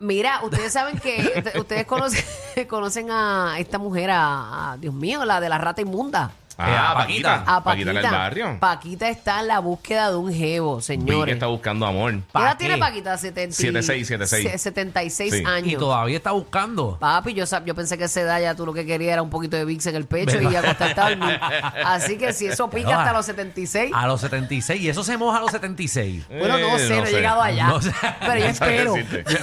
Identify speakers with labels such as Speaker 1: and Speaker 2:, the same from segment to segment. Speaker 1: Mira, ustedes saben que ustedes conocen, conocen a esta mujer, a, a- Dios mío, la de la rata inmunda.
Speaker 2: Ah, Paquita.
Speaker 1: A
Speaker 2: Paquita en el barrio.
Speaker 1: Paquita está en la búsqueda de un jevo,
Speaker 2: Vi que
Speaker 1: señores.
Speaker 2: está
Speaker 1: ¿Qué
Speaker 2: buscando amor.
Speaker 1: edad
Speaker 3: ¿Pa'
Speaker 1: tiene
Speaker 3: qué?
Speaker 1: Paquita? 70
Speaker 2: 76, 76.
Speaker 1: se- 76
Speaker 2: Sí.
Speaker 3: Y
Speaker 1: años.
Speaker 3: todavía está buscando.
Speaker 1: Papi, yo, sab- yo pensé que a esa edad ya tú lo que querías era un poquito de VIX en el pecho
Speaker 3: ¿Verdad?
Speaker 1: y acostarte a dormir. Así que si eso pica
Speaker 3: Pero,
Speaker 1: hasta
Speaker 3: ah,
Speaker 1: los 76,
Speaker 3: A los 76. Y eso se moja a los 76.
Speaker 1: bueno, no
Speaker 2: Eh,
Speaker 1: sé, no, he
Speaker 2: sé.
Speaker 1: llegado allá.
Speaker 3: No sé.
Speaker 1: Pero yo
Speaker 2: No sabría
Speaker 1: espero.
Speaker 2: decirte.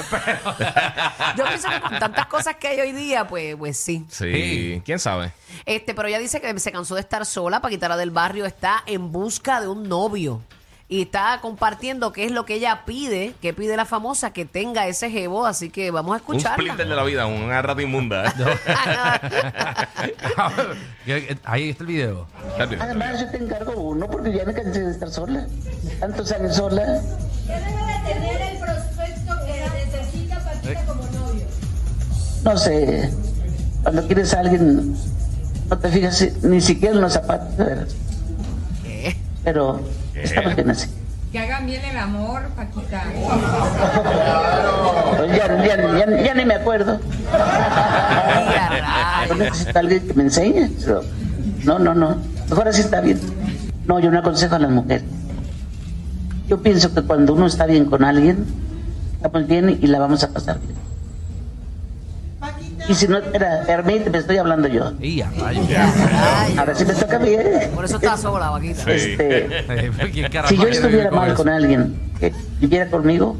Speaker 1: Yo pienso que con tantas cosas que hay hoy día, pues, pues sí.
Speaker 2: Sí, quién sabe.
Speaker 1: Este, pero ella dice que se cansó de estar sola, Paquita la del barrio está en busca de un novio. Y está compartiendo qué es lo que ella pide, que pide la famosa que tenga ese jevo, así que vamos a
Speaker 2: Un splinter de
Speaker 1: escucharla.
Speaker 2: la vida, una rata inmunda.
Speaker 3: eh, Ahí está el video.
Speaker 4: Además, yo te encargo uno porque ya me cansé de estar sola. Tantos años sola.
Speaker 5: Ya debe de tener el prospecto que necesita Paquita como novio.
Speaker 4: No sé, cuando quieres a alguien, no te fijas ni siquiera en los zapatos, de veras.
Speaker 1: ¿Qué?
Speaker 4: Pero estamos bien así.
Speaker 5: Que hagan bien el amor, Paquita.
Speaker 4: Pues ya, ya, ya- ya ni me acuerdo.
Speaker 1: Ay, a
Speaker 4: Yo
Speaker 1: rayos.
Speaker 4: necesito a alguien que me enseñe. pero No, no, no. Mejor así está bien. No, yo no aconsejo a las mujeres. Yo pienso que cuando uno está bien con alguien, estamos bien y la vamos a pasar bien. Y si no, espera, permíteme, estoy hablando yo.
Speaker 3: Y a rayos.
Speaker 1: Ay,
Speaker 4: Ahora sí me toca a mí, ¿eh?
Speaker 1: Por eso está sola, Paquita.
Speaker 4: Este,
Speaker 3: Eh, ¿Quién carajo
Speaker 4: si
Speaker 3: quiere
Speaker 4: yo
Speaker 3: vivir
Speaker 4: estuviera mal
Speaker 3: eso?
Speaker 4: con alguien que viviera conmigo,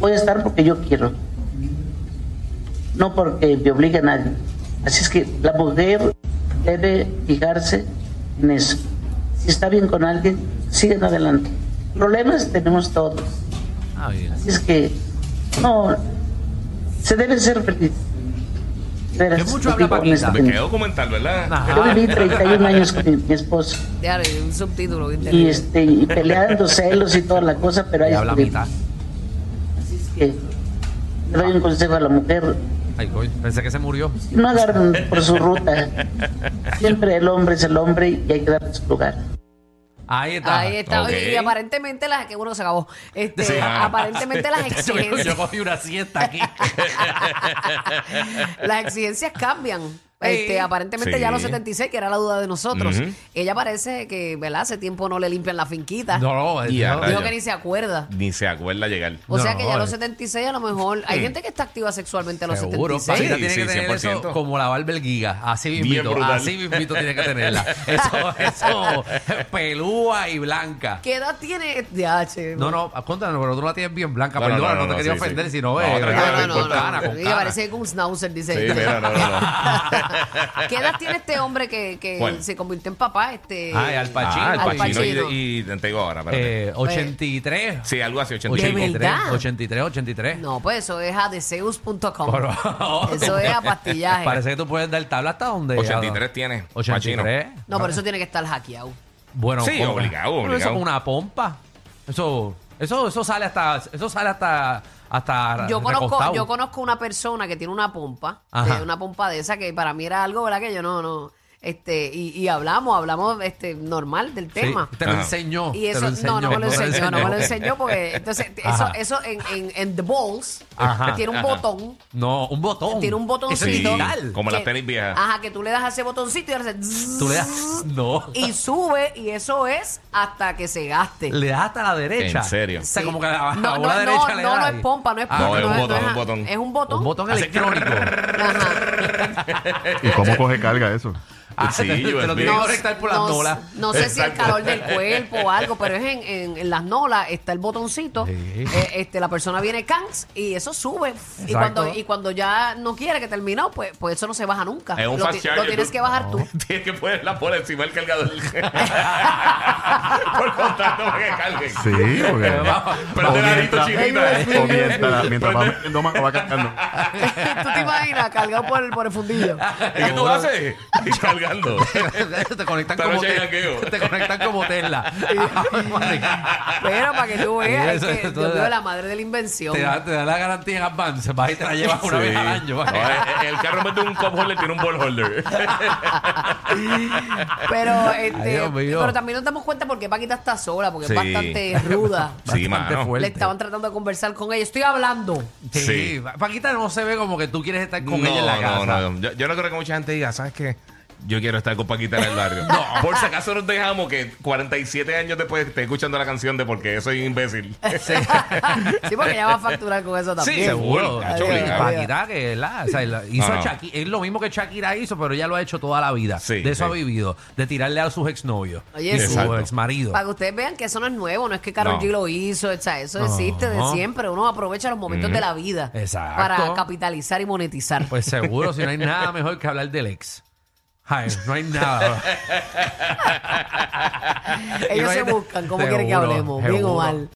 Speaker 4: voy a estar porque yo quiero. No porque me obligue a nadie. Así es que la mujer debe fijarse en eso. Si está bien con alguien, siguen adelante. Problemas tenemos todos.
Speaker 3: Ah, bien.
Speaker 4: Así es que, no, se debe ser feliz. De veras,
Speaker 3: Que mucho
Speaker 4: lo
Speaker 3: habla
Speaker 4: digo
Speaker 3: Paquita.
Speaker 4: honestamente.
Speaker 2: Qué documental, ¿verdad?
Speaker 3: Ajá.
Speaker 4: este Yo viví 31 años con mi- mi esposo.
Speaker 1: Ya, un subtítulo, ¿viste?
Speaker 4: y este y peleando celos y toda la cosa, pero ahí
Speaker 3: Y habla
Speaker 4: estoy.
Speaker 3: mitad.
Speaker 4: Así es que le doy un consejo a la mujer,
Speaker 3: Ay, coño. Pensé que se murió.
Speaker 4: no agarren por su ruta. Siempre el hombre es el hombre y hay que darle su lugar.
Speaker 3: Ahí está.
Speaker 1: Ahí está.
Speaker 2: Ok.
Speaker 1: Y aparentemente las que uno se acabó. Este,
Speaker 2: Sí. ah.
Speaker 1: aparentemente las
Speaker 3: Yo, yo
Speaker 1: exigencias,
Speaker 3: cogí una siesta aquí.
Speaker 1: las exigencias cambian. Este,
Speaker 3: Sí.
Speaker 1: aparentemente
Speaker 2: Sí.
Speaker 1: ya a los 76, que era la duda de nosotros.
Speaker 2: Ujú.
Speaker 1: Ella parece que, ¿verdad? Hace tiempo no le limpian la finquita.
Speaker 3: No, no,
Speaker 2: Y a
Speaker 3: no.
Speaker 2: rayos.
Speaker 1: Dijo que ni se acuerda.
Speaker 2: Ni se acuerda llegar.
Speaker 1: O
Speaker 3: No,
Speaker 1: sea que ya a los
Speaker 3: eh.
Speaker 1: 76 a lo mejor... Hay gente que está activa sexualmente a los
Speaker 3: Seguro,
Speaker 1: 76.
Speaker 3: Paquita
Speaker 2: Sí,
Speaker 3: tiene
Speaker 2: sí,
Speaker 3: que tener
Speaker 2: 100%.
Speaker 3: eso como la barba el giga. Así
Speaker 2: Bien
Speaker 3: mismito,
Speaker 2: brutal.
Speaker 3: así mismito tiene que tenerla. Eso, eso, pelúa y blanca.
Speaker 1: ¿Qué edad tiene? DH?
Speaker 3: No, no, contanos, pero tú la tienes bien blanca.
Speaker 2: No, no,
Speaker 3: Perdona,
Speaker 2: no,
Speaker 3: no,
Speaker 2: no,
Speaker 3: te quería
Speaker 2: sí,
Speaker 3: ofender
Speaker 2: sí.
Speaker 3: si
Speaker 2: No,
Speaker 3: no ves.
Speaker 2: tranquila,
Speaker 1: No,
Speaker 2: Ah,
Speaker 1: no,
Speaker 2: no
Speaker 1: no,
Speaker 2: importa.
Speaker 1: no.
Speaker 3: Con cara, con
Speaker 1: Sí,
Speaker 3: cara.
Speaker 1: parece que un schnauzer dice.
Speaker 2: Sí, mira, no, Ah, no, no.
Speaker 1: ¿Qué edad tiene este hombre que, que
Speaker 2: ¿Cuál?
Speaker 1: se convirtió en papá? Este,
Speaker 3: Ay, Al Pacino.
Speaker 2: Ah,
Speaker 1: Al
Speaker 2: el Pacino
Speaker 1: Pacino.
Speaker 2: y, y te digo ahora, espérate.
Speaker 3: Eh, 83.
Speaker 2: Sí, algo así, 85.
Speaker 1: ¿De
Speaker 3: 83,
Speaker 1: verdad?
Speaker 3: 83, 83.
Speaker 1: No, pues eso es adeseus.com.
Speaker 3: Por favor.
Speaker 1: Eso es a pastillaje.
Speaker 3: Parece que tú puedes dar tabla hasta donde.
Speaker 2: 83 tiene,
Speaker 3: 83.
Speaker 1: No, pero eso tiene que estar hackeado.
Speaker 3: Bueno,
Speaker 2: Sí,
Speaker 3: con-
Speaker 2: obligado,
Speaker 3: pero Eso
Speaker 2: obligado.
Speaker 3: con una pompa. Eso, eso, eso sale hasta, eso sale hasta, hasta
Speaker 1: Yo conozco,
Speaker 3: recostado.
Speaker 1: yo conozco una persona que tiene una pompa,
Speaker 3: Ajá.
Speaker 1: eh, una pompa de esa que para mí era algo, ¿verdad? Que yo no, no. Este, y, y hablamos, hablamos este, normal del
Speaker 3: Sí,
Speaker 1: tema.
Speaker 3: te lo
Speaker 2: Ajá.
Speaker 3: enseñó.
Speaker 1: Y
Speaker 3: te
Speaker 1: eso,
Speaker 3: lo
Speaker 1: no, no me lo
Speaker 3: te
Speaker 1: enseñó, no me lo enseñó porque entonces t- eso,
Speaker 3: Ajá.
Speaker 1: eso en, en, en The Balls
Speaker 3: Ajá.
Speaker 1: tiene un
Speaker 2: Ajá.
Speaker 1: botón.
Speaker 3: No, un botón.
Speaker 1: Tiene un
Speaker 3: Eso
Speaker 1: botoncito.
Speaker 3: es
Speaker 2: Sí,
Speaker 3: digital.
Speaker 2: como las
Speaker 1: que-
Speaker 2: tenis viejas.
Speaker 1: Ajá, que tú le das a ese botoncito y ahora se-
Speaker 3: Tú le das, no,
Speaker 1: y sube y eso es hasta que se gaste.
Speaker 3: le das hasta la derecha.
Speaker 2: ¿En serio?
Speaker 3: O sea,
Speaker 1: Sí.
Speaker 3: como que a la, a la
Speaker 1: no,
Speaker 3: bola
Speaker 1: no,
Speaker 3: derecha
Speaker 1: no,
Speaker 3: le Ah,
Speaker 1: no,
Speaker 3: das
Speaker 1: no
Speaker 3: ahí.
Speaker 1: es pompa, no es pompa.
Speaker 2: no, es un
Speaker 1: no
Speaker 2: botón,
Speaker 1: ajá,
Speaker 2: un botón.
Speaker 1: Es un botón.
Speaker 3: Un botón
Speaker 2: Hace-
Speaker 3: electrónico.
Speaker 1: Ajá.
Speaker 6: ¿Y cómo coge carga eso?
Speaker 3: Ah,
Speaker 2: Sí,
Speaker 3: te, te lo
Speaker 2: USB.
Speaker 3: tiene que conectar por las
Speaker 1: no,
Speaker 3: nolas.
Speaker 1: no sé si el
Speaker 2: Exacto.
Speaker 1: calor del cuerpo o algo, pero es en, en- en las nolas, está el botoncito,
Speaker 3: Sí.
Speaker 1: eh, este, la persona viene cans y eso sube. Y
Speaker 3: Exacto.
Speaker 1: cuando, y cuando ya no quiere que terminó, pues, pues eso no se baja nunca.
Speaker 2: Es un
Speaker 1: Lo,
Speaker 2: fast
Speaker 1: ti-
Speaker 2: charger,
Speaker 1: lo tienes
Speaker 2: tú-
Speaker 1: que bajar tú.
Speaker 2: Tienes que ponerla por encima del cargador. por contrato para que carguen.
Speaker 6: Sí, porque.
Speaker 2: Pero de ladito
Speaker 1: Ay,
Speaker 2: chiquita.
Speaker 1: USB.
Speaker 6: o mientras, mientras va metiendo más, va cargando.
Speaker 1: ¿Tú te imaginas cargado por el, por el fundillo?
Speaker 2: ¿Y qué tú haces? cargando.
Speaker 3: te conectan
Speaker 2: Esta
Speaker 3: como
Speaker 2: noche hay
Speaker 3: Tesla.
Speaker 2: jangueo.
Speaker 3: Te conectan como Tesla.
Speaker 1: Pero para que tú
Speaker 3: Sí,
Speaker 1: veas,
Speaker 3: eso-
Speaker 1: es que
Speaker 3: eso
Speaker 1: yo
Speaker 3: da-
Speaker 1: veo la madre de la invención.
Speaker 3: te, da, te da la garantía en advance. Vas y te la llevas una
Speaker 2: Sí.
Speaker 3: vez al año.
Speaker 2: No, el- el carro en vez de un cup holder tiene un ball holder.
Speaker 1: Pero, este,
Speaker 3: Ay, Dios mío.
Speaker 1: pero también nos damos cuenta porque Paquita está sola, porque
Speaker 2: Sí.
Speaker 1: es bastante ruda.
Speaker 2: Sí, mano.
Speaker 3: fuerte.
Speaker 1: Le estaban tratando de conversar con ella. Estoy hablando.
Speaker 3: Sí.
Speaker 2: Sí.
Speaker 3: Paquita no se ve como que tú quieres estar con
Speaker 2: no,
Speaker 3: ella en la
Speaker 2: no,
Speaker 3: casa.
Speaker 2: no. Yo, yo no creo que mucha gente diga, ¿sabes qué? Yo quiero estar con Paquita en el barrio. no. Por si acaso nos dejamos que 47 años después esté escuchando la canción de porque soy imbécil.
Speaker 3: Sí.
Speaker 1: Sí, porque ella va a facturar con eso también.
Speaker 2: Sí, seguro.
Speaker 1: Adiós,
Speaker 2: Cacho, obligado.
Speaker 1: adiós.
Speaker 3: Paquita, que la, o sea, la- hizo
Speaker 2: No, no.
Speaker 3: Shaki- es lo mismo que Shakira hizo, pero ella lo ha hecho toda la vida.
Speaker 2: Sí,
Speaker 3: de eso
Speaker 2: sí.
Speaker 3: ha vivido, de tirarle a sus exnovios,
Speaker 1: Oye,
Speaker 3: de
Speaker 1: sí.
Speaker 3: su
Speaker 2: Exacto.
Speaker 3: exmarido.
Speaker 1: Para que ustedes vean que eso no es nuevo, no es que Karol
Speaker 2: No.
Speaker 1: G lo hizo, o sea, eso
Speaker 3: No.
Speaker 1: existe de siempre. Uno aprovecha los momentos de la vida
Speaker 3: Exacto.
Speaker 1: para capitalizar y monetizar.
Speaker 3: Pues seguro, si no hay nada mejor que hablar del ex. Ay, no hay nada.
Speaker 1: Ellos se buscan, ¿cómo quieren que hablemos? Bien o mal.